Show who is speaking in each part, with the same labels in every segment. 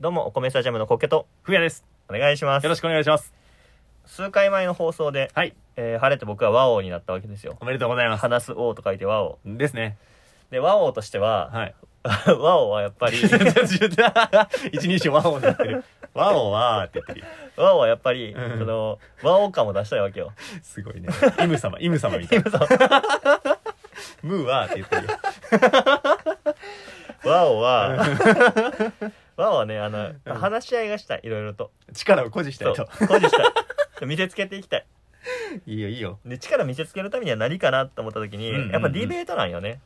Speaker 1: 米スタジアムのコケと
Speaker 2: ふやです。
Speaker 1: お願いします
Speaker 2: よろしくお願いします。
Speaker 1: 数回前の放送で、
Speaker 2: はい。
Speaker 1: えー晴れて僕は和王になったわけですよ
Speaker 2: おめでとうございます。
Speaker 1: 話す王と書いて和王
Speaker 2: ですね。
Speaker 1: で和王としては、
Speaker 2: はい。
Speaker 1: 和王はやっぱり
Speaker 2: 一人称ワオになってる。ワオはーって言ってるよ。
Speaker 1: 和王はやっぱり、
Speaker 2: うん
Speaker 1: その和王感を出したいわけよ
Speaker 2: すごいね。イム様、イム様みたいな。
Speaker 1: そう
Speaker 2: ムーはーって言ってるよ。
Speaker 1: 和王 は和王はねあの、話し合いがしたいいろいろと
Speaker 2: 力を誇示したい
Speaker 1: そ
Speaker 2: と
Speaker 1: う。誇示したい見せつけていきたい
Speaker 2: いいよ、いいよ。
Speaker 1: で力見せつけるためには何かなと思った時に、
Speaker 2: うんうんうん
Speaker 1: やっぱディベートなんよね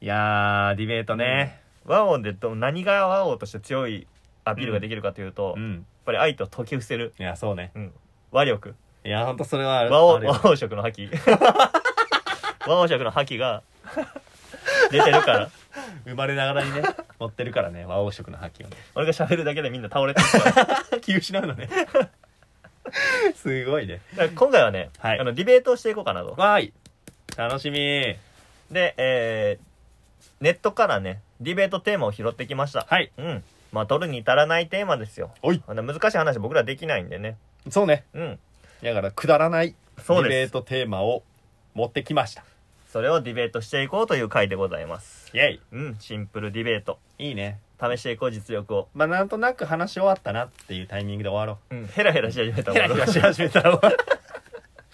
Speaker 2: いやー、ディベートね。
Speaker 1: 和王でど何が和王として強いアピールができるかというと、
Speaker 2: う
Speaker 1: やっ
Speaker 2: ん。
Speaker 1: ぱり愛と解き伏せる、
Speaker 2: いや、そうね。
Speaker 1: うん、和力
Speaker 2: いや、ほんとそれはある。
Speaker 1: 和王
Speaker 2: あるよ
Speaker 1: 和王色の覇気 和王色の覇気が 出てるから
Speaker 2: 生まれながらにね、持ってるからね、和王色の覇気をね。
Speaker 1: 俺が喋るだけでみんな倒れてるからだ か
Speaker 2: 気失うのね。 すごいね。
Speaker 1: ら今回はね、
Speaker 2: はい
Speaker 1: あのディベートをしていこうかなと
Speaker 2: わーい。楽しみー。
Speaker 1: で、えーネットからねディベートテーマを拾ってきました
Speaker 2: はい。
Speaker 1: うんまあ取るに至らないテーマですよ
Speaker 2: おい。
Speaker 1: あの難しい話僕らできないんでね
Speaker 2: そうね。
Speaker 1: うん
Speaker 2: だから、くだらない
Speaker 1: そう
Speaker 2: ディベ
Speaker 1: で
Speaker 2: ー
Speaker 1: す
Speaker 2: トテーマを持ってきました
Speaker 1: それをディベートしていこうという回でございます
Speaker 2: イェイ
Speaker 1: うんシンプルディベート
Speaker 2: いいね
Speaker 1: 試していこう実力を
Speaker 2: まあなんとなく話し終わったなっていうタイミングで終わろ
Speaker 1: うんヘラヘラし始めた
Speaker 2: う
Speaker 1: も
Speaker 2: ヘ
Speaker 1: の
Speaker 2: ラヘラし始めたら終わる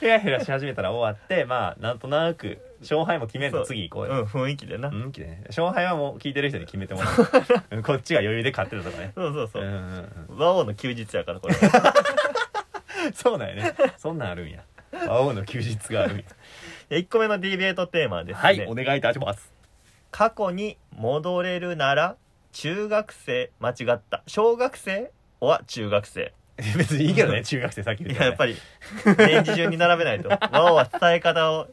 Speaker 2: ヘラヘラし始めたら終わってまあなんとなく勝敗も決める
Speaker 1: そ
Speaker 2: と
Speaker 1: う
Speaker 2: 次行こう
Speaker 1: う
Speaker 2: よ、
Speaker 1: ん雰囲気でな、
Speaker 2: うん、きね勝敗はもう聞いてる人に決めてもらううん こっちが余裕で勝ってたとかね
Speaker 1: そうそうそうう、
Speaker 2: んうんうん
Speaker 1: 和王の休日やからこれ
Speaker 2: そうなんよねそんなんあるんや青の休日があるんや
Speaker 1: 1個目のディベートテーマはですね、
Speaker 2: はいお願いいたします
Speaker 1: 過去に戻れるなら中学生間違った小学生は中学生
Speaker 2: 別にいいけどね中学生さっき
Speaker 1: い
Speaker 2: 言
Speaker 1: ややっ
Speaker 2: った
Speaker 1: ぱり年次順に並べない と和王は伝え方を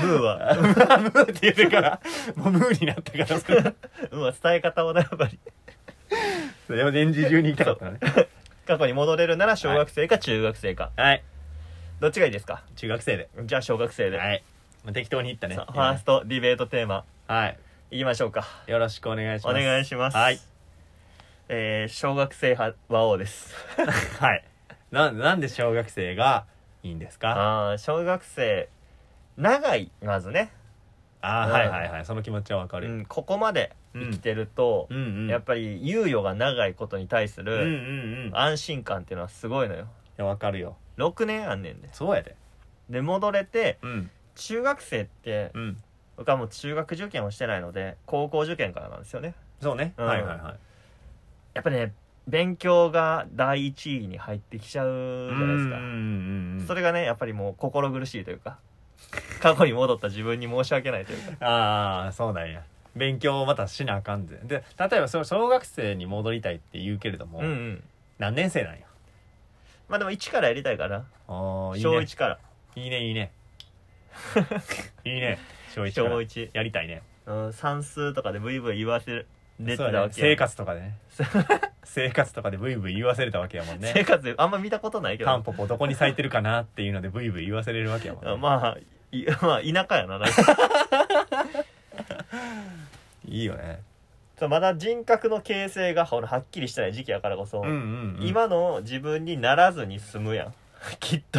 Speaker 1: ムーは
Speaker 2: ムーって言ってからもうムーになったからそれ
Speaker 1: ムーは伝え方をねやっぱり
Speaker 2: それを年次中に行きたかったのね。
Speaker 1: 過去に戻れるなら小学生か中学生か、
Speaker 2: はい。
Speaker 1: どっちがいいですか
Speaker 2: 中学生で。
Speaker 1: じゃあ小学生で、
Speaker 2: はい。まあ適当に言ったね。
Speaker 1: さあファーストディベートテーマ
Speaker 2: はい。
Speaker 1: いきましょうか
Speaker 2: よろしくお願いし
Speaker 1: お
Speaker 2: ます。
Speaker 1: 願いします
Speaker 2: はい。
Speaker 1: えー、小学生派和王です
Speaker 2: はい。な、なんで小学生がいいんですか
Speaker 1: ああ小学生長いまずね、
Speaker 2: あ
Speaker 1: う
Speaker 2: ー
Speaker 1: ん
Speaker 2: はいはいはい。その気持ちはわか
Speaker 1: う
Speaker 2: る。
Speaker 1: ん、ここまで生きてると
Speaker 2: う、んうん。
Speaker 1: やっぱり猶予が長いことに対す
Speaker 2: うんうん
Speaker 1: る
Speaker 2: うん。い
Speaker 1: 安心感っていうのはすごいのよ
Speaker 2: や、わかるよ。
Speaker 1: 6年あんねんで
Speaker 2: そうやで。
Speaker 1: で戻れて
Speaker 2: うん。
Speaker 1: 中学生って
Speaker 2: うん。
Speaker 1: 僕はもう中学受験をしてないので高校受験からなんですよね
Speaker 2: そうね。
Speaker 1: うん
Speaker 2: はいはいはい。
Speaker 1: やっぱね勉強が第一位に入ってきちゃうじゃないですか、
Speaker 2: うんうんうん。
Speaker 1: そ
Speaker 2: れ。
Speaker 1: れがねやっぱりもう心苦しいというか 過去に戻った自分に申し訳ないというか
Speaker 2: ああ、そうなんや。勉強をまたしなあかんぜ。で、例えば、その小学生に戻りたいって言うけれども
Speaker 1: うんう、ん
Speaker 2: 何年生なんや。
Speaker 1: まあでも1からやりたいかな
Speaker 2: ああ、いいね。
Speaker 1: 小1から
Speaker 2: いいねいいね いいね小一
Speaker 1: 小
Speaker 2: から
Speaker 1: 1、
Speaker 2: やりたいね
Speaker 1: うん、算数とかでブイブイ言わせる出てた
Speaker 2: そう
Speaker 1: わけ
Speaker 2: だ
Speaker 1: や
Speaker 2: ね生活とか でね生活とかでブイブイ言わせれたわけやもん
Speaker 1: 生
Speaker 2: ね
Speaker 1: 活であんま見たことないけど
Speaker 2: タンポポどこに咲いてるかなっていうのでブイブイ言わせれるわけやもんね、
Speaker 1: まあい まあ田舎やななん か
Speaker 2: いいよね
Speaker 1: そうまだ人格の形成がほらはっきりしてない時期やからこそ、
Speaker 2: うんうん、うん、
Speaker 1: 今の自分にならずに済むやん きっ と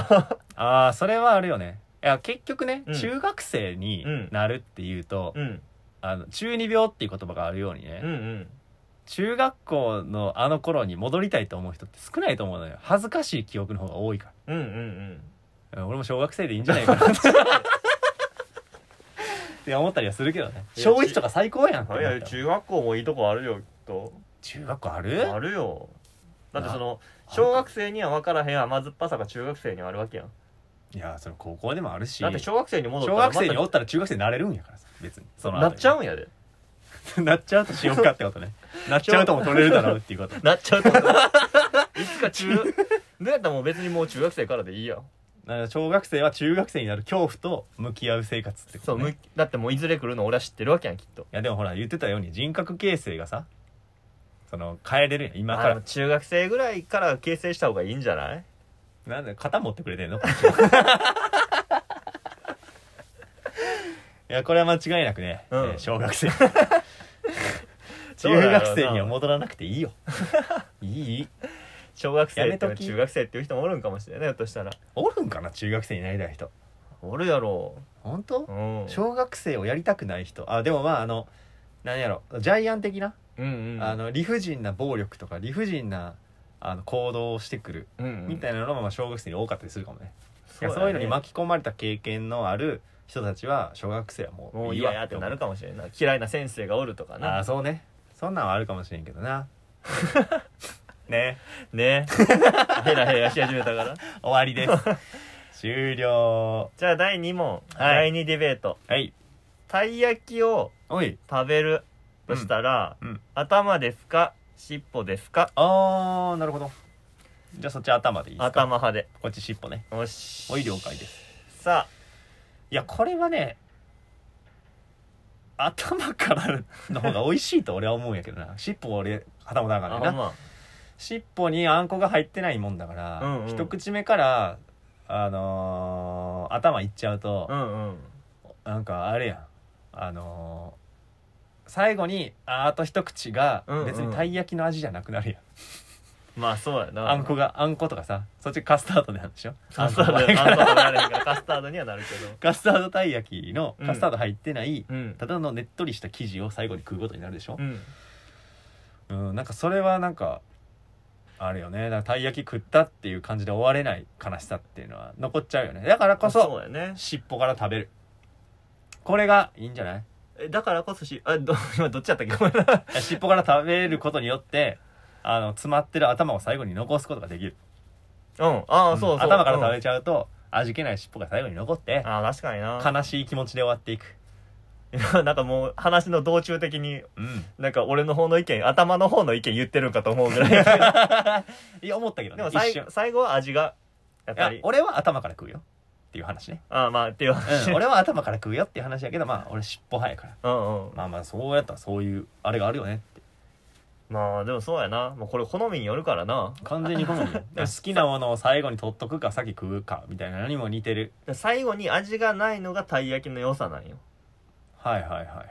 Speaker 2: ああそれはあるよねいや結局ね、
Speaker 1: うん
Speaker 2: 中学生になるっていうと、
Speaker 1: うん
Speaker 2: あの中二病っていう言葉があるようにね、
Speaker 1: うんうん
Speaker 2: 中学校のあの頃に戻りたいと思う人って少ないと思うのよ恥ずかしい記憶の方が多いから
Speaker 1: うんうんうん
Speaker 2: うん俺も小学生でいいんじゃないかな ってって思ったりはするけどね
Speaker 1: いや
Speaker 2: 小1とか最高やんって
Speaker 1: い
Speaker 2: 思った
Speaker 1: や中学校もいいとこあるよきっと
Speaker 2: 中学校あ
Speaker 1: あ
Speaker 2: る
Speaker 1: るよだってその
Speaker 2: あ
Speaker 1: 小学生には分からへん甘酸っぱさが中学生にはあるわけやん
Speaker 2: いやその高校でもあるし
Speaker 1: だって
Speaker 2: 小
Speaker 1: 小学生に戻ったら
Speaker 2: 学生におったら中学生になれるんやからさ別にその
Speaker 1: なっちゃ
Speaker 2: う
Speaker 1: うんやで
Speaker 2: なっちゃうとしようかってことね なっちゃうとも取れるだろうっていうこと
Speaker 1: なっちゃうと思う いつか中どうやったらもう別にもう中学生からでいいやん
Speaker 2: だから小学生は中学生になる恐怖と向き合う生活ってこ
Speaker 1: そう
Speaker 2: と、ね、
Speaker 1: む
Speaker 2: い
Speaker 1: だってもういずれ来るの俺は知ってるわけやんきっと
Speaker 2: やでもほら言ってたように人格形成がさその変えれるやん今か
Speaker 1: あ
Speaker 2: ら
Speaker 1: の中学生ぐらいから形成した方がいいんじゃない
Speaker 2: なんで肩持ってくれてんのい やこれは間違いなくね、
Speaker 1: うん
Speaker 2: えー小学生
Speaker 1: そう
Speaker 2: 中
Speaker 1: だよな
Speaker 2: 学生には戻らなくて いいよいい
Speaker 1: 小学生
Speaker 2: やめ
Speaker 1: と
Speaker 2: と
Speaker 1: か
Speaker 2: き
Speaker 1: 中学生っていう人もおるんかもしれないねひょっとしたら
Speaker 2: おるんかな中学生になりたい人
Speaker 1: おるやろ
Speaker 2: 本当
Speaker 1: う、ん、
Speaker 2: 小学生をやりたくない人あでもまああの何やろジャイアン的な、
Speaker 1: うんうん
Speaker 2: あの理不尽な暴力とか理不尽なあの行動をしてくる
Speaker 1: うんうん
Speaker 2: みたいなのがまあ小学生に多かったりするかもね、そ
Speaker 1: だ
Speaker 2: う
Speaker 1: ね
Speaker 2: そういうのに巻き込まれた経験のある人たちは小学生はもう
Speaker 1: もう嫌やってなるかもしれんない嫌いな先生がおるとか
Speaker 2: ああー
Speaker 1: な
Speaker 2: そうねそんなんはあるかもしれんけ どなね
Speaker 1: ね ヘラヘラし始めたから
Speaker 2: 終わりです終了
Speaker 1: じゃあ第2問、
Speaker 2: は
Speaker 1: 第
Speaker 2: い
Speaker 1: 2ディベート
Speaker 2: はい
Speaker 1: たい焼きを
Speaker 2: おい
Speaker 1: 食べるとしたら、
Speaker 2: うんうん
Speaker 1: 頭ですか尻尾ですか
Speaker 2: あーなるほどじゃあそっち頭でいいですか
Speaker 1: 頭派で
Speaker 2: こっち尻尾ね
Speaker 1: よし
Speaker 2: おい了解です
Speaker 1: さ
Speaker 2: いやこれはね頭からの方が美味しいと俺は思うんやけ どな尻尾は俺頭だ
Speaker 1: あ
Speaker 2: から
Speaker 1: あほん
Speaker 2: な
Speaker 1: ま
Speaker 2: 尻尾にあんこが入ってないもんだから、
Speaker 1: うんうん
Speaker 2: 一口目からあのー頭いっちゃうと、
Speaker 1: うんうん
Speaker 2: なんかあれやんあのー最後にあーあと一口が
Speaker 1: うんうん
Speaker 2: 別にたい焼きの味じゃなくなるやん、
Speaker 1: まあそうやな
Speaker 2: あんこがあんことかさそっちカスタードでなんでしょ
Speaker 1: カスタード
Speaker 2: あんこ
Speaker 1: に
Speaker 2: が
Speaker 1: あんこはなれへんからカスタードにはなるけど
Speaker 2: カスタードたい焼きの
Speaker 1: うん
Speaker 2: カスタード入ってない、
Speaker 1: うん
Speaker 2: ただのねっとりした生地を最後に食うことになるでしょ
Speaker 1: う、ん
Speaker 2: うんなんかそれはなんかあるよねだからたい焼き食ったっていう感じで終われない悲しさっていうのは残っちゃうよねだからこ
Speaker 1: そう
Speaker 2: そ
Speaker 1: やね
Speaker 2: 尻尾から食べるこれがいいんじゃない
Speaker 1: えだからこそしあど今どっちやったっけごめんな
Speaker 2: え 尻尾から食べることによってあの詰まってる頭を最後に残すことができる
Speaker 1: うんああそうそう、
Speaker 2: ん頭から食
Speaker 1: う
Speaker 2: べちゃうと、味気ない尻尾が最後に残って
Speaker 1: んああ確かにな
Speaker 2: 悲しい気持ちで終わっていく
Speaker 1: なんかもう話の道中的に
Speaker 2: うん
Speaker 1: なんか俺の方の意見頭の方の意見言ってるんかと思うぐら い
Speaker 2: いや思ったけど
Speaker 1: でも
Speaker 2: ね一
Speaker 1: 最
Speaker 2: 瞬
Speaker 1: 最後は味がやっぱ
Speaker 2: い
Speaker 1: り
Speaker 2: や俺は頭から食うよっていう話ね、
Speaker 1: ああまあっていう
Speaker 2: う
Speaker 1: 話、
Speaker 2: ん、 俺は頭から食うよっていう話やけどまあ俺尻尾早いか
Speaker 1: う
Speaker 2: ら
Speaker 1: んうん
Speaker 2: まあまあそうやったらそういうあれがあるよねって
Speaker 1: まあでもそうやなもうこれ好みによるからな
Speaker 2: 完 全に好みよ好きなものを最後に取っとくか先食うかみたいなのにも似てる
Speaker 1: 最後に味がないのがたい焼きの良さなんよ
Speaker 2: はいはいはいはいはい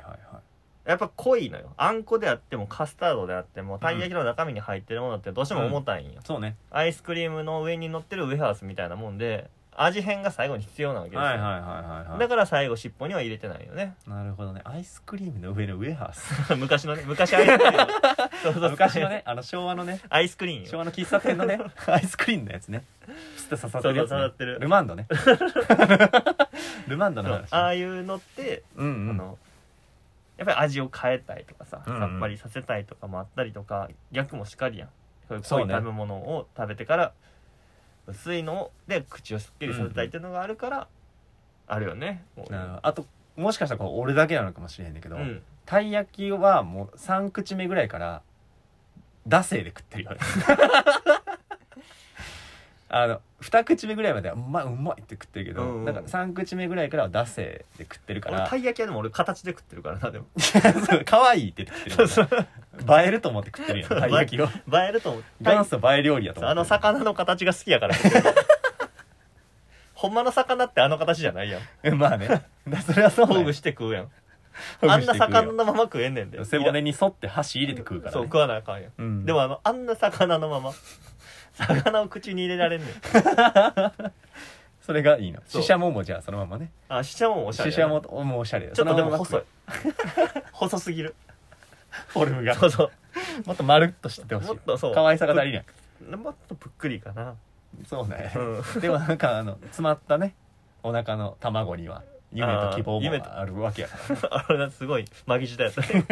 Speaker 1: やっぱ濃いのよあんこであってもカスタードであってもたい焼きの中身に入ってるものってどうしても重たいんよ、
Speaker 2: そうね
Speaker 1: アイスクリームの上に乗ってるウェハースみたいなもんで味変が最後に必要なわけですよ、
Speaker 2: はいはいはいはいはい
Speaker 1: だから最後尻尾には入れてないよね
Speaker 2: なるほどねアイスクリームの上のウェハー ス
Speaker 1: 昔のね昔アイス クリームそうそうそう
Speaker 2: 昔のねあの昭和の ね
Speaker 1: アイスクリーン
Speaker 2: 昭
Speaker 1: よ
Speaker 2: 和の喫茶店のね アイスクリームのやつねスって刺さってるやつ、
Speaker 1: そうそう刺さって
Speaker 2: ね
Speaker 1: る、
Speaker 2: ルマン ドねルマンドの
Speaker 1: そう
Speaker 2: 話
Speaker 1: あ
Speaker 2: ね
Speaker 1: あいうのって、
Speaker 2: うんう
Speaker 1: あ
Speaker 2: ん
Speaker 1: のやっぱり味を変えたいとかさ、
Speaker 2: うんうん
Speaker 1: さっぱりさせたいとかもあったりとか逆もしかりやんそういう濃い
Speaker 2: そうね
Speaker 1: 食べ物を食べてから、薄いので口をすっきりさせたいっていうのがあるから、あるよねもう
Speaker 2: なるほどあともしかしたらこれ俺だけなのかもしれへんねんけど、
Speaker 1: うん
Speaker 2: たい焼きはもう3口目ぐらいから惰性で食って るよねあの2口目ぐらいまではうまいうまいって食ってるけど、
Speaker 1: うんうん
Speaker 2: なんか3口目ぐらいからは惰性で食ってるか
Speaker 1: 俺
Speaker 2: ら
Speaker 1: たい焼きはでも俺形で食ってるからなでも
Speaker 2: そう可愛いって言って食ってる
Speaker 1: そう
Speaker 2: から映えると思って食ってるやん
Speaker 1: そう
Speaker 2: たい焼きを
Speaker 1: 映えると思って
Speaker 2: 元祖映え料理やと思って
Speaker 1: あの魚の形が好きや から。ほんまの魚ってあの形じゃないやん。
Speaker 2: うんまあね だそれはそうだよ
Speaker 1: ほぐして食うやん。
Speaker 2: ほぐ
Speaker 1: あ
Speaker 2: し
Speaker 1: ん
Speaker 2: て食
Speaker 1: な
Speaker 2: うよ
Speaker 1: 魚のまま食えんねんで。
Speaker 2: 背骨に沿って箸入れて食うから、ね、
Speaker 1: そう、食わなあかんやん。
Speaker 2: うん
Speaker 1: でもあの、あんな魚のまま。魚を口に入れられんねん。
Speaker 2: それがいいの
Speaker 1: そう
Speaker 2: ししゃももじゃあそのままね
Speaker 1: あ、ししゃもんおしゃれ
Speaker 2: し
Speaker 1: や
Speaker 2: しゃ
Speaker 1: な。
Speaker 2: ももおしゃれ
Speaker 1: ちょっとでも細い
Speaker 2: い。
Speaker 1: 細すぎる。
Speaker 2: フォルムが
Speaker 1: そうそ
Speaker 2: もっと丸っとしててほしい
Speaker 1: もっとそう。
Speaker 2: 可愛さが足りないう
Speaker 1: もっとぷっくりかな。
Speaker 2: そうね
Speaker 1: う、ん。
Speaker 2: でもなんかあの詰まったねお腹の卵には夢と希望
Speaker 1: あー夢と
Speaker 2: もあるわけやからね
Speaker 1: あれがすごい、マギ時代やった ね。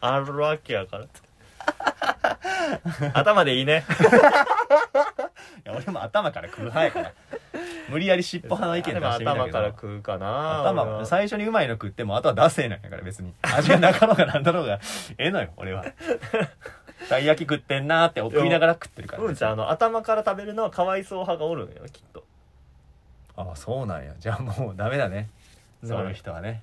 Speaker 1: あるわけやから。頭でいいね。
Speaker 2: いや俺も頭から食う派やから無理やり尻尾派の意見出してみた
Speaker 1: 頭
Speaker 2: け
Speaker 1: から
Speaker 2: ど
Speaker 1: 食うかな。
Speaker 2: 頭
Speaker 1: 俺は
Speaker 2: 最初にうまいの食ってもあとは惰性なんやから別に味がなかろうがなんだろうが ええのよ俺 はたい焼き食ってんなーって食いながら食ってるから、
Speaker 1: うんちゃんあの頭から食べるのはかわいそう派がおるんよきっと
Speaker 2: ああそうなんやじゃあもうダメだね
Speaker 1: ダ
Speaker 2: そ
Speaker 1: メ
Speaker 2: ういう人はね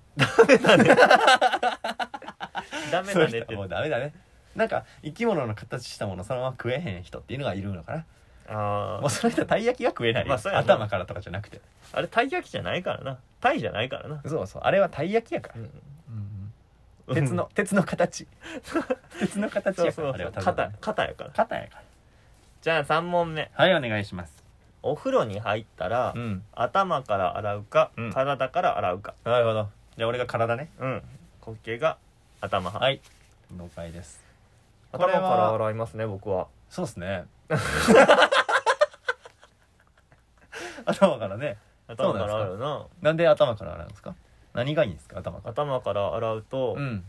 Speaker 1: ダメだねっ
Speaker 2: そうい
Speaker 1: て
Speaker 2: う人はもうダメだねなんか生き物の形したものそのまま食えへん人っていうのがいるのか
Speaker 1: あ
Speaker 2: なもう
Speaker 1: あ
Speaker 2: その人はたい焼きが食えないよ、
Speaker 1: まあそうやな
Speaker 2: 頭からとかじゃなくて
Speaker 1: あれたい焼きじゃないからなたいじゃないからな
Speaker 2: そうそうあれはたい焼きやから、
Speaker 1: うん
Speaker 2: うん鉄の鉄 の形鉄の形
Speaker 1: そう
Speaker 2: やか
Speaker 1: そ
Speaker 2: ら
Speaker 1: う
Speaker 2: あれ
Speaker 1: そ
Speaker 2: は
Speaker 1: う
Speaker 2: 多
Speaker 1: 肩
Speaker 2: 分
Speaker 1: 肩やから
Speaker 2: 肩やか
Speaker 1: じゃあ3問目
Speaker 2: らはいお願いします
Speaker 1: お風呂に入ったら、
Speaker 2: うん
Speaker 1: 頭から洗うか、
Speaker 2: うん
Speaker 1: 体から洗うか
Speaker 2: なるほどじゃあ俺が体ね
Speaker 1: うん滑稽が頭派、
Speaker 2: はい了解ですこ
Speaker 1: 頭
Speaker 2: れは
Speaker 1: から洗いますね僕は
Speaker 2: そうですね 頭からね
Speaker 1: 頭から洗うな
Speaker 2: なんで頭から洗うんですか何がいいんですか頭か
Speaker 1: 頭から洗うと、
Speaker 2: らうん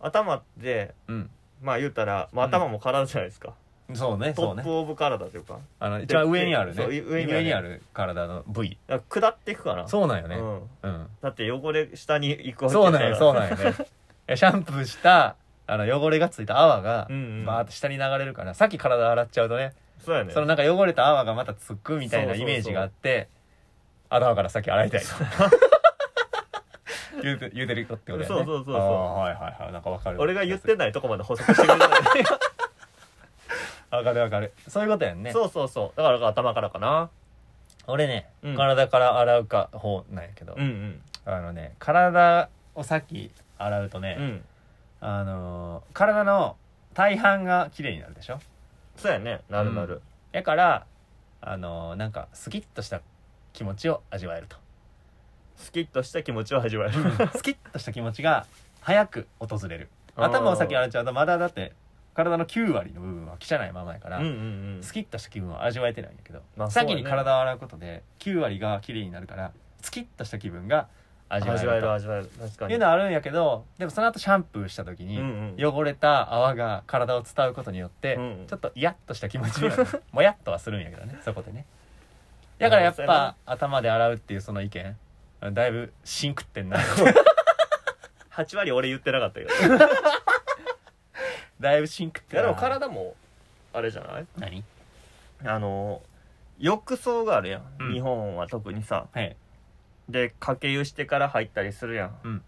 Speaker 1: 頭って
Speaker 2: うん
Speaker 1: まあ言うたら、まあ、
Speaker 2: うん
Speaker 1: 頭も体じゃないですか、
Speaker 2: そうねそ
Speaker 1: ト
Speaker 2: う
Speaker 1: ッ
Speaker 2: ね
Speaker 1: プオブ体というか
Speaker 2: あの一番上にあるね
Speaker 1: そう上にある
Speaker 2: る体の部位
Speaker 1: だから下っていくかな
Speaker 2: そうなんよね
Speaker 1: うん、
Speaker 2: うん
Speaker 1: だって汚れ下に行くわけ
Speaker 2: そうなん
Speaker 1: や
Speaker 2: よそう
Speaker 1: う
Speaker 2: なんよね えシャンプーしたあの汚れがついた泡が
Speaker 1: うんうん
Speaker 2: バーって下に流れるからさっき体洗っちゃうとね
Speaker 1: そうやね
Speaker 2: そのなんか汚れた泡がまたつくみたいな
Speaker 1: そうそうそう
Speaker 2: イメージがあって頭から先洗いたい言うて言うてるってことだよね
Speaker 1: そうそうそうそう
Speaker 2: あーはいはいはいなんかわかる
Speaker 1: 俺が言ってないとこまで補足してくれ ない
Speaker 2: わかるわかるそういうことやんね
Speaker 1: そうそうそうだから頭からかな
Speaker 2: 俺ね、
Speaker 1: うん
Speaker 2: 体から洗うか方なんやけど、
Speaker 1: うんうん
Speaker 2: あのね体を先洗うとね、
Speaker 1: うん
Speaker 2: あのー体の大半が綺麗になるでしょ
Speaker 1: そうやねなるなる、
Speaker 2: だからあのーなんかスキッとした気持ちを味わえると
Speaker 1: スキッとした気持ちを味わえる
Speaker 2: スキッとした気持ちが早く訪れる頭を先洗っちゃうとまだだって体の9割の部分は汚いままやから、
Speaker 1: うんうんうん
Speaker 2: スキッとした気分は味わえてないんだけど、
Speaker 1: まあそうやね
Speaker 2: 先に体を洗うことで9割が綺麗になるからスキッとした気分が味わえ
Speaker 1: 味
Speaker 2: る
Speaker 1: わえる味わえる確か
Speaker 2: と
Speaker 1: に
Speaker 2: いうのはあるんやけどでもその後シャンプーした時
Speaker 1: う
Speaker 2: に、
Speaker 1: んうん
Speaker 2: 汚れた泡が体を伝うことによって、
Speaker 1: うん
Speaker 2: ちょっとイヤッとした気持ちには なるもやっとはするんやけどねそこでねだからやっ
Speaker 1: なるほど
Speaker 2: ぱ頭で洗うっていうその意見だいぶシンクってんな
Speaker 1: 8割俺言ってなか ったけど
Speaker 2: だいぶシンクっ
Speaker 1: い
Speaker 2: てん
Speaker 1: や
Speaker 2: な
Speaker 1: でも体もあれじゃない
Speaker 2: 何
Speaker 1: あの浴槽があるやん、
Speaker 2: うん
Speaker 1: 日本は特にさ
Speaker 2: はい
Speaker 1: で掛け湯してから入ったりするやん、
Speaker 2: うん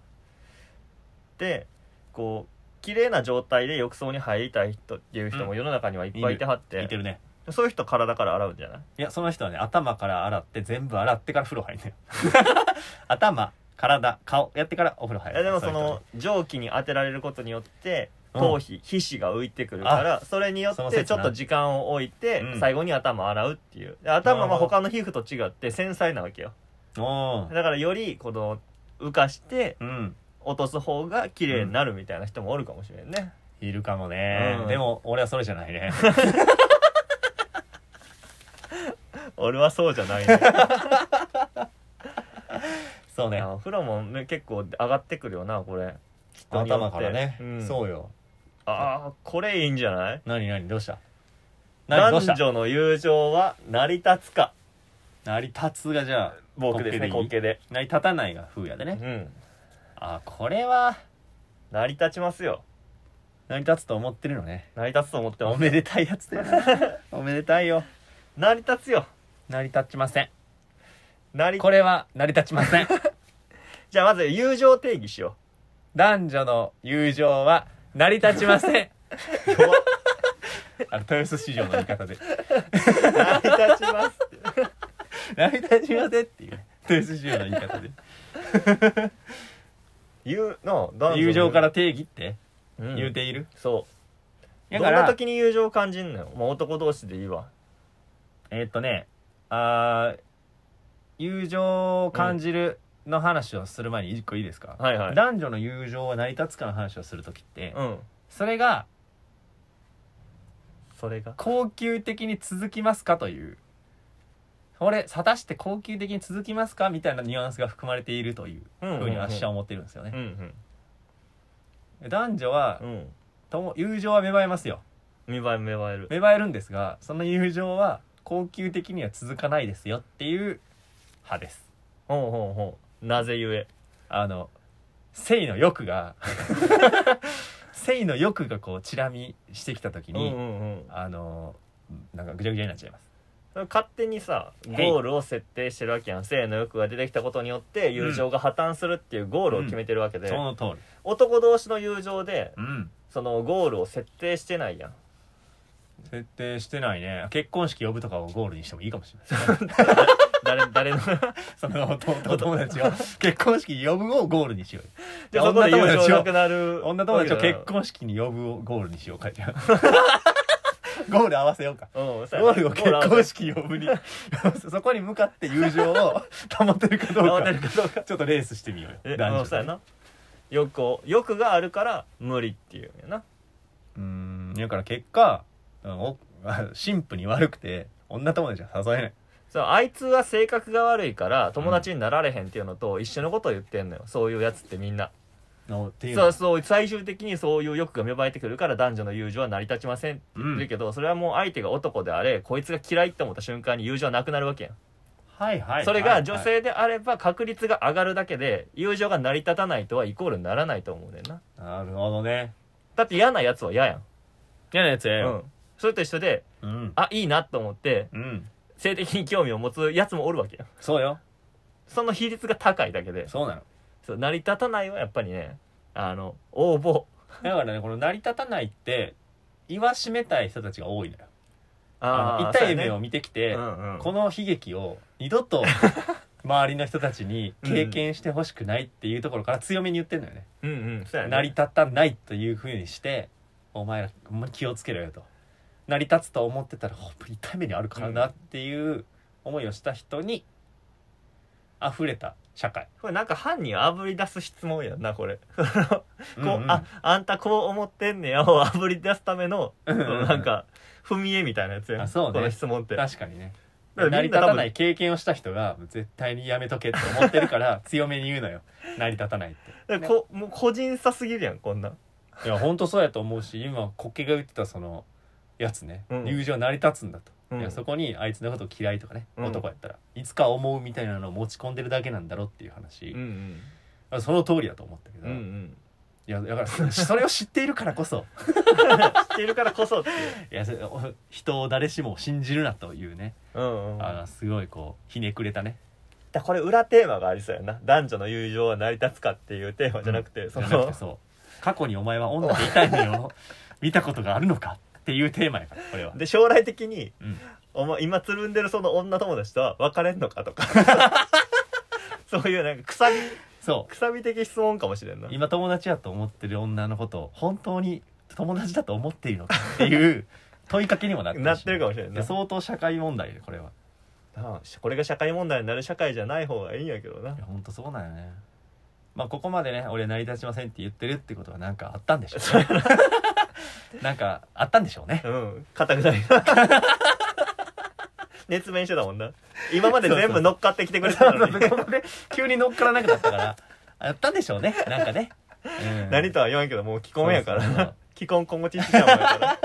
Speaker 1: でこう綺麗な状態で浴槽に入りたい人っていう人も世の中にはいっぱいいてはって,、
Speaker 2: 似てるね
Speaker 1: そういう人体から洗うんじゃない
Speaker 2: いやその人はね頭から洗って全部洗ってから風呂入る のよ頭体顔やってからお風呂入
Speaker 1: いや
Speaker 2: る
Speaker 1: でもそう
Speaker 2: いう人は
Speaker 1: の蒸気に当てられることによって
Speaker 2: うん
Speaker 1: 頭皮、皮脂が浮いてくるからそれによ
Speaker 2: その
Speaker 1: っ
Speaker 2: 説な
Speaker 1: てちょっと時間を置いて、
Speaker 2: うん
Speaker 1: 最後に頭洗うっていうで頭
Speaker 2: な
Speaker 1: は
Speaker 2: るほど
Speaker 1: 他の皮膚と違って繊細なわけよ
Speaker 2: おー
Speaker 1: だからよりこの浮かして
Speaker 2: うん
Speaker 1: 落とす方が綺麗になるみたいな人もおるかもしれんね、
Speaker 2: いるかもね、
Speaker 1: うん
Speaker 2: でも俺はそれじゃな いね
Speaker 1: 俺はそうじゃないね
Speaker 2: そうね
Speaker 1: あお風呂も、ね、結構上がってくるよなこれ人によって
Speaker 2: 頭からね、
Speaker 1: うん
Speaker 2: そうよ
Speaker 1: ああこれいいんじゃない
Speaker 2: 何何どうした何どうした
Speaker 1: 男女の友情は成り立つか
Speaker 2: 成り立つがじゃあ
Speaker 1: 僕ですね
Speaker 2: 滑
Speaker 1: 滑
Speaker 2: 稽
Speaker 1: 稽で
Speaker 2: 成り立たないが風やでね、
Speaker 1: うん
Speaker 2: あこれは
Speaker 1: 成り立ちますよ
Speaker 2: 成り立つと思ってるのね
Speaker 1: 成り立つと思って
Speaker 2: お
Speaker 1: も
Speaker 2: めでたいやつだ よなおめでたいよ
Speaker 1: 成り立つよ
Speaker 2: 成り立ちません
Speaker 1: 成り
Speaker 2: これは成り立ちません
Speaker 1: じゃあまず友情定義しよ
Speaker 2: 男女の友情は成り立ちません
Speaker 1: う弱っ
Speaker 2: あの豊洲市場の言い方で
Speaker 1: 成り立ちます
Speaker 2: 成り立ちませんっていうね豊洲市場の言い方で
Speaker 1: 友の男女の
Speaker 2: 友情から、定義って
Speaker 1: うん
Speaker 2: 言うている、
Speaker 1: そう
Speaker 2: だ
Speaker 1: ど
Speaker 2: か
Speaker 1: んな
Speaker 2: ら
Speaker 1: 時に友情を感じんのよもう男同士でいいわ
Speaker 2: えーっとねあー友情を感じるの話をする前に一個いいですか、
Speaker 1: はいはい
Speaker 2: 男女の友情は成り立つかの話をする時って、
Speaker 1: うん
Speaker 2: それが
Speaker 1: それが
Speaker 2: 恒久的に続きますかというこれ果たして恒久的に続きますかみたいなニュアンスが含まれているという
Speaker 1: うんうん
Speaker 2: ふ
Speaker 1: うん
Speaker 2: うにあっしは思ってるんですよね、
Speaker 1: うん
Speaker 2: 男女は
Speaker 1: うんうん
Speaker 2: とも友情は芽生えますよ
Speaker 1: 見栄え見栄える
Speaker 2: 芽生えるんですがその友情は恒久的には続かないですよっていう派です
Speaker 1: ほうほうほうなぜゆえ
Speaker 2: あの性の欲が 性の欲がこうチラ見してきた時に、
Speaker 1: うんうん
Speaker 2: あのなんかぐちゃぐちゃになっちゃいます
Speaker 1: うん勝手にさ
Speaker 2: はい
Speaker 1: ゴールを設定してるわけやん性の欲が出てきたことによって友情が破綻するっていうゴールを決めてるわけで、
Speaker 2: その通り
Speaker 1: 男同士の友情で
Speaker 2: うん
Speaker 1: そのゴールを設定してないやん
Speaker 2: 設定してないね結婚式呼ぶとかをゴールにしてもいいかもしれない
Speaker 1: 誰誰の
Speaker 2: その弟友達を結婚式に呼ぶをゴールにしよう
Speaker 1: じゃ
Speaker 2: よ
Speaker 1: あそこ
Speaker 2: 女
Speaker 1: で
Speaker 2: 友
Speaker 1: 友情
Speaker 2: 達
Speaker 1: な
Speaker 2: を
Speaker 1: くなる
Speaker 2: 女友達を結婚式に呼ぶをゴールにしよう書いてある ゴール合わせようか
Speaker 1: うんそうや
Speaker 2: ゴ
Speaker 1: な
Speaker 2: ールを結
Speaker 1: ゴール
Speaker 2: 婚式呼ぶに そこに向かって友情を 保てるかどう
Speaker 1: 合わ
Speaker 2: か
Speaker 1: せるかどうか
Speaker 2: ちょっとレースしてみよう
Speaker 1: え
Speaker 2: よ
Speaker 1: あの
Speaker 2: 男
Speaker 1: そうや
Speaker 2: 女
Speaker 1: な欲を欲があるから無理っていうんやな
Speaker 2: うんだから結果お 神父に悪くて女友達は誘えない
Speaker 1: そうあいつは性格が悪いから友達になられへんっていうのと一緒のことを言ってんのよそういうやつってみんな
Speaker 2: のっていうの
Speaker 1: そうそう最終的にそういう欲が芽生えてくるから男女の友情は成り立ちませんって
Speaker 2: うん
Speaker 1: 言うけど、それはもう相手が男であれこいつが嫌いって思った瞬間に友情はなくなるわけやん、
Speaker 2: はいはい
Speaker 1: それ
Speaker 2: は
Speaker 1: が
Speaker 2: い
Speaker 1: 女性であれば確率が上がるだけで友情が成り立たないとはイコールにならないと思うねんな
Speaker 2: なるほどね
Speaker 1: だって嫌なやつは嫌やん、
Speaker 2: 嫌なやつや
Speaker 1: うん、それと一緒で
Speaker 2: うん
Speaker 1: あいいなと思って
Speaker 2: うん
Speaker 1: 性的に興味を持つやつもおるわけやん
Speaker 2: そうよ
Speaker 1: その比率が高いだけで
Speaker 2: そうなの
Speaker 1: そう成り立たないはやっぱりねあの応募
Speaker 2: だからねこの成り立たないって言わしめたい人たちが多いのよあの
Speaker 1: ー
Speaker 2: 痛い
Speaker 1: そう
Speaker 2: 目
Speaker 1: や
Speaker 2: を
Speaker 1: ね
Speaker 2: 見てきて、
Speaker 1: うんうん
Speaker 2: この悲劇を二度と周りの人たちに経験してほしくないっていうところから強めに言ってんのよね、
Speaker 1: うんうんそうやね
Speaker 2: 成り立たないというふうにしてお前らほんまに気をつけろよと成り立つと思ってたらほんまに痛い目にあるからなっていう思いをした人に溢れた社会、
Speaker 1: これなんか犯人をあぶり出す質問やんなこれこう、
Speaker 2: うんうん
Speaker 1: ああんたこう思ってんねやをあぶり出すための
Speaker 2: うんうんうん
Speaker 1: そのなんか踏み絵みたいなやつや
Speaker 2: あ
Speaker 1: ん
Speaker 2: そうね
Speaker 1: この質問って
Speaker 2: 確かにね
Speaker 1: だからみんな
Speaker 2: 成り立たない経験をした人が絶対にやめとけって思ってるから 強めに言うのよ成り立たないって
Speaker 1: でこもう個人差すぎるやんこんなん
Speaker 2: いや本当そうやと思うし今コッケが言ってたそのやつね、
Speaker 1: うん
Speaker 2: 友情成り立つんだと、
Speaker 1: うん
Speaker 2: いやそこにあいつのこと嫌いとかね、
Speaker 1: うん
Speaker 2: 男やったらいつか思うみたいなのを持ち込んでるだけなんだろうっていう話
Speaker 1: う、ん
Speaker 2: その通りだと思ったけど、
Speaker 1: うんうんうん
Speaker 2: いやだからそそれを知っているからこそ
Speaker 1: 知ってるからこそっていう
Speaker 2: いやそれお人を誰しも信じるなというね、
Speaker 1: うんうん
Speaker 2: あのすごいこうひねくれたね
Speaker 1: だこれ裏テーマがありそうやな男女の友情は成り立つかっていうテーマじゃなくて、
Speaker 2: うん
Speaker 1: そ
Speaker 2: じゃな
Speaker 1: の
Speaker 2: くてそう過去にお前は女でいたいの よ見たことがあるのかっていうテーマやからこれは、
Speaker 1: で将来的に
Speaker 2: うん、
Speaker 1: お前今つるんでるその女友達とは別れんのか とかそういうなんかくさび
Speaker 2: そう
Speaker 1: くさび的質問かもしれんな
Speaker 2: 今友達やと思ってる女のことを本当に友達だと思っているのかっていう 問いかけにもなって
Speaker 1: なってるかもしれんな
Speaker 2: で相当社会問題でこれは
Speaker 1: なあこれが社会問題になる社会じゃない方がいいんやけどない
Speaker 2: や本当そうなんよねまあここまでね俺成り立ちませんって言ってるってことはなんかあったんでしょうね なんかあったんでしょ うね
Speaker 1: うん固くない な熱弁してたもんな今まで全部乗っかってきてくれたのに
Speaker 2: ここで急に乗っからなくなったからあったんでしょうねなんかね、うん
Speaker 1: 何とは言わんけどもう既婚やから
Speaker 2: そうそうそう
Speaker 1: な既婚今後ちっちゃうもんやか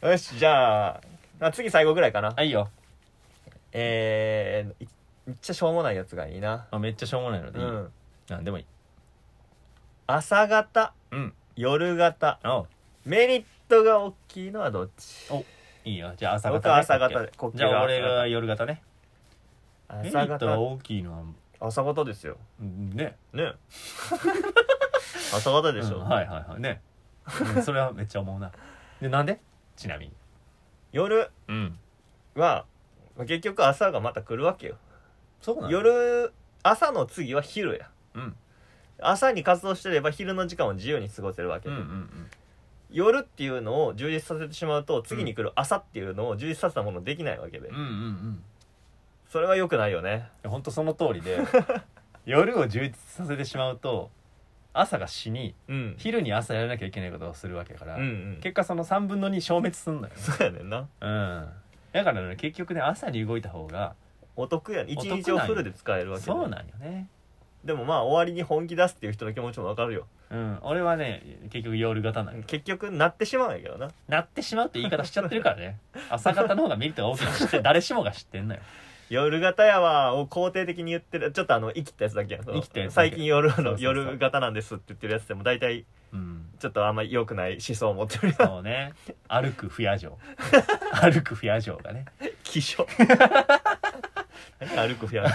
Speaker 1: らよしじゃああ次最後ぐらいかな、
Speaker 2: あいいよ
Speaker 1: えー、いめっちゃしょうもないやつがいいな
Speaker 2: あめっちゃしょうもないので
Speaker 1: う
Speaker 2: いい、
Speaker 1: ん
Speaker 2: なんでもいい
Speaker 1: 朝型
Speaker 2: うん
Speaker 1: 夜型
Speaker 2: あ
Speaker 1: メリットが大きいのはどっち
Speaker 2: いいよじゃあ朝
Speaker 1: 僕
Speaker 2: 方、
Speaker 1: は
Speaker 2: ね、
Speaker 1: 朝型
Speaker 2: オッケ
Speaker 1: でこっ
Speaker 2: ー
Speaker 1: ち
Speaker 2: じゃあ俺
Speaker 1: 朝
Speaker 2: が夜型ね
Speaker 1: 型
Speaker 2: メリット
Speaker 1: 朝
Speaker 2: は
Speaker 1: 型
Speaker 2: 大きいのは
Speaker 1: 朝型ですよ
Speaker 2: うんね
Speaker 1: ね 朝方でしょ、
Speaker 2: うんはいはいはいね、うんそれはめっちゃ思うな でなんでちなみに
Speaker 1: 夜
Speaker 2: うん
Speaker 1: はまあ結局朝がまた来るわけよ
Speaker 2: そうなの
Speaker 1: 夜朝の次は昼や
Speaker 2: うん
Speaker 1: 朝に活動してれば昼の時間を自由に過ごせるわけ
Speaker 2: う
Speaker 1: で、
Speaker 2: んうんうん
Speaker 1: 夜っていうのを充実させてしまうと次に来る朝っていうのを充実させたものできないわけで、
Speaker 2: うんうんうん
Speaker 1: それは良くないよね
Speaker 2: いやほんとその通りで 夜を充実させてしまうと朝が死に
Speaker 1: うん
Speaker 2: 昼に朝やらなきゃいけないことをするわけやから、
Speaker 1: うんうん
Speaker 2: 結果その3分の2消滅すんのよ、
Speaker 1: そうやねんな
Speaker 2: うん、だからね結局ね朝に動いた方が
Speaker 1: お得やね
Speaker 2: お得
Speaker 1: 一
Speaker 2: なんよ
Speaker 1: 日をフルで使えるわけで
Speaker 2: そうなんよね
Speaker 1: でもまあ終わりに本気出すっていう人の気持ちもわかるよ
Speaker 2: うん俺はね結局夜型なの
Speaker 1: 結局なってしまうんやけどな
Speaker 2: なってしまうって言い方しちゃってるからね 朝方の方がメリットが大きいの 知って誰しもが知ってんのよ
Speaker 1: 夜型やわを肯定的に言ってるちょっとあの生きたやつだけやんその
Speaker 2: 生きたやつだけ
Speaker 1: 最近夜
Speaker 2: そうそう
Speaker 1: の
Speaker 2: そう
Speaker 1: 夜型なんですって言ってるやつでも大体
Speaker 2: うん
Speaker 1: ちょっとあんまり良くない思想を持 ってるやん
Speaker 2: そうね歩く不 夜城歩く不夜城がね
Speaker 1: 気象何歩くやん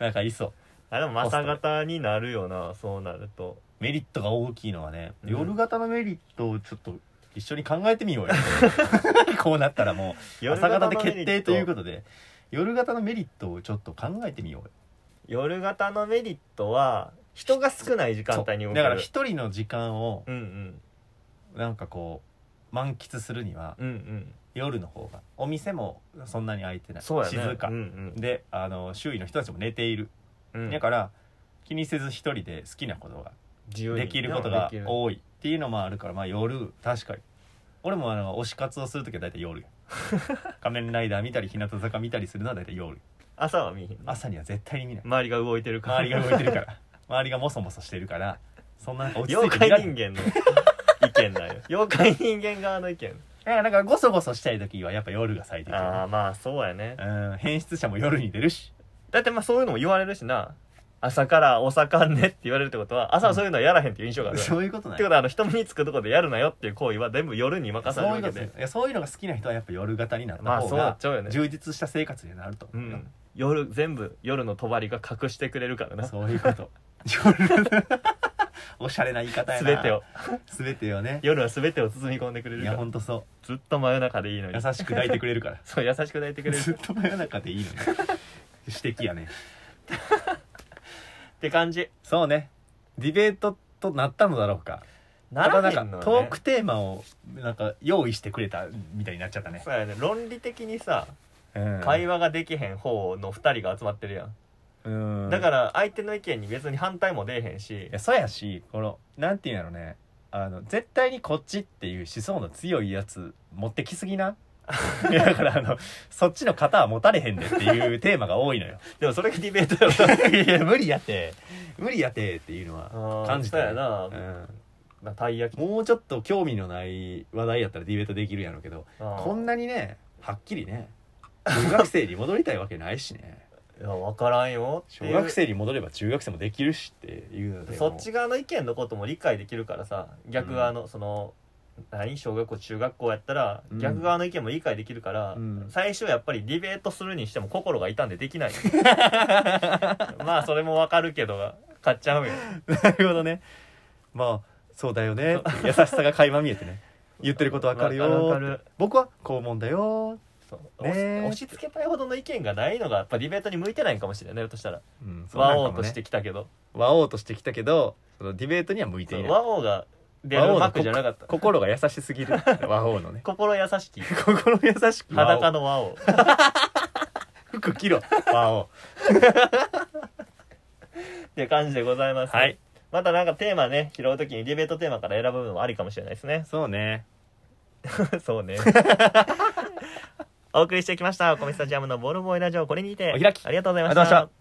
Speaker 2: なんかいそう
Speaker 1: あでも朝型になるよなそうなると
Speaker 2: メリットが大きいのはね、
Speaker 1: うん
Speaker 2: 夜型のメリットをちょっと一緒に考えてみ ようよこうなったらもう
Speaker 1: 夜
Speaker 2: 朝
Speaker 1: 型
Speaker 2: 方
Speaker 1: の
Speaker 2: で
Speaker 1: メリ
Speaker 2: 決
Speaker 1: ット
Speaker 2: 定ということで夜型のメリットをちょっと考えてみようよ
Speaker 1: 夜型のメリットは人が少ない時間帯に
Speaker 2: そ
Speaker 1: 動
Speaker 2: う
Speaker 1: け
Speaker 2: だ
Speaker 1: る
Speaker 2: から一人の時間を
Speaker 1: うんうん
Speaker 2: なんかこう満喫するには
Speaker 1: うんうん
Speaker 2: 夜の方がお店もそんなに開いてない、
Speaker 1: そうやね
Speaker 2: 静か、
Speaker 1: うんうん
Speaker 2: であの周囲の人たちも寝ている、
Speaker 1: うん
Speaker 2: だから気にせず一人で好きなことが
Speaker 1: 自由に
Speaker 2: できることが
Speaker 1: できる
Speaker 2: 多いっていうのもあるからまあ夜確かに俺もあの推し活をする時は大体夜 仮面ライダー見たり日向坂見たりするのは大体夜
Speaker 1: 朝は見えへんな
Speaker 2: 朝には絶対に見ない
Speaker 1: 周りが動いてるから
Speaker 2: 周りが動いてるから周りがモソモソしてるからそんななんか落ち着い
Speaker 1: 妖
Speaker 2: て
Speaker 1: 怪
Speaker 2: 見られ
Speaker 1: 人
Speaker 2: ない
Speaker 1: 間の意見だ よ妖怪人間側の意見
Speaker 2: だからなんかゴソゴソしたい時はやっぱ夜が最適
Speaker 1: ああまあそうやね
Speaker 2: うん変質者も夜に出るし
Speaker 1: だってまあそういうのも言われるしな朝からお盛んねって言われるってことは朝はそういうのはやらへんっていう印象がある、って
Speaker 2: そういうことない
Speaker 1: ことはあの人目につくとこでやるなよっていう行為は全部夜に任され
Speaker 2: そ
Speaker 1: る
Speaker 2: うい
Speaker 1: わ
Speaker 2: う
Speaker 1: け
Speaker 2: ことで
Speaker 1: です
Speaker 2: いやそういうのが好きな人はやっぱ夜型になっ
Speaker 1: ま
Speaker 2: た
Speaker 1: あ
Speaker 2: 方
Speaker 1: そうなっ
Speaker 2: が
Speaker 1: ちゃうよね、
Speaker 2: 充実した生活になると
Speaker 1: う
Speaker 2: 思うよ、
Speaker 1: ん、夜全部夜の帳が隠してくれるからな
Speaker 2: そういうこと 夜おしゃれな言い方やな
Speaker 1: 全てを
Speaker 2: 全てをね
Speaker 1: 夜は全てを包み込んでくれる
Speaker 2: い
Speaker 1: か
Speaker 2: や
Speaker 1: ら
Speaker 2: ほんとそ
Speaker 1: ずっと真夜中でいいの
Speaker 2: う
Speaker 1: に
Speaker 2: 優しく抱いてくれるから
Speaker 1: そう優しく抱いてくれる
Speaker 2: ずっと真夜中でいいのに指摘やね
Speaker 1: って感じ
Speaker 2: そうねディベートとなったのだろうか
Speaker 1: ならへんの
Speaker 2: また
Speaker 1: ね
Speaker 2: なんかトークテーマをなんか用意してくれたみたいになっちゃったね、
Speaker 1: そうやね論理的にさ
Speaker 2: うん
Speaker 1: 会話ができへん方の2人が集まってるやん、
Speaker 2: うん
Speaker 1: だから相手の意見に別に反対も出えへんし
Speaker 2: いやそうやしこのなんていうんやろねあの絶対にこっちっていう思想の強いやつ持ってきすぎ ないやだからあのそっちの型は持たれへんでっていうテーマが多いのよ
Speaker 1: でもそれがディベートやろ
Speaker 2: いや無理やて無理やてっていうのは、
Speaker 1: あー
Speaker 2: 感じた
Speaker 1: そ
Speaker 2: ね
Speaker 1: うやな
Speaker 2: う、ん、
Speaker 1: まあたい焼き
Speaker 2: もうちょっと興味のない話題やったらディベートできるやろうけどこ
Speaker 1: こ
Speaker 2: んなにねはっきりね中学生に戻りたいわけないしね
Speaker 1: いや分からんよってい
Speaker 2: 小
Speaker 1: う
Speaker 2: 学生に戻れば中学生もできるしっていうので
Speaker 1: そっち側の意見のことも理解できるからさ逆側の、その何小学校中学校やったら
Speaker 2: うん
Speaker 1: 逆側の意見も理解できるから、
Speaker 2: うん
Speaker 1: 最初やっぱりディベートするにしても心が痛んでできない まあそれも分かるけど買っちゃうよ
Speaker 2: なるほどねまあそうだよねって優しさが垣間見えてね言ってることわかるよ
Speaker 1: わかるわかる
Speaker 2: 僕はこう思うんだよ、
Speaker 1: そう
Speaker 2: ね
Speaker 1: 押し
Speaker 2: え
Speaker 1: 押し付けたいほどの意見がないのがやっぱディベートに向いてないんかもしれないねとしたら
Speaker 2: うん、そう
Speaker 1: 和
Speaker 2: なん
Speaker 1: 王
Speaker 2: かも
Speaker 1: と
Speaker 2: ね
Speaker 1: してきたけど、
Speaker 2: 和王としてきたけどそのディベートには向いて
Speaker 1: そ
Speaker 2: いうない
Speaker 1: 和王が出
Speaker 2: 和
Speaker 1: る
Speaker 2: 王の
Speaker 1: 幕じゃなかった
Speaker 2: 心が優しすぎ る和王のね
Speaker 1: 心優し き
Speaker 2: 心優しく和王
Speaker 1: 裸の和王
Speaker 2: 服着ろ和王
Speaker 1: って感じでございます、
Speaker 2: はい
Speaker 1: またなんかテーマね拾うときにディベートテーマから選ぶのもありかもしれないです ね
Speaker 2: そうね
Speaker 1: そう ねお送りしてきましたお米スタジアムのボールボーイラジオこれにて
Speaker 2: お開き
Speaker 1: ありがとうござい
Speaker 2: ありがと
Speaker 1: ま
Speaker 2: うございま
Speaker 1: し
Speaker 2: した
Speaker 1: た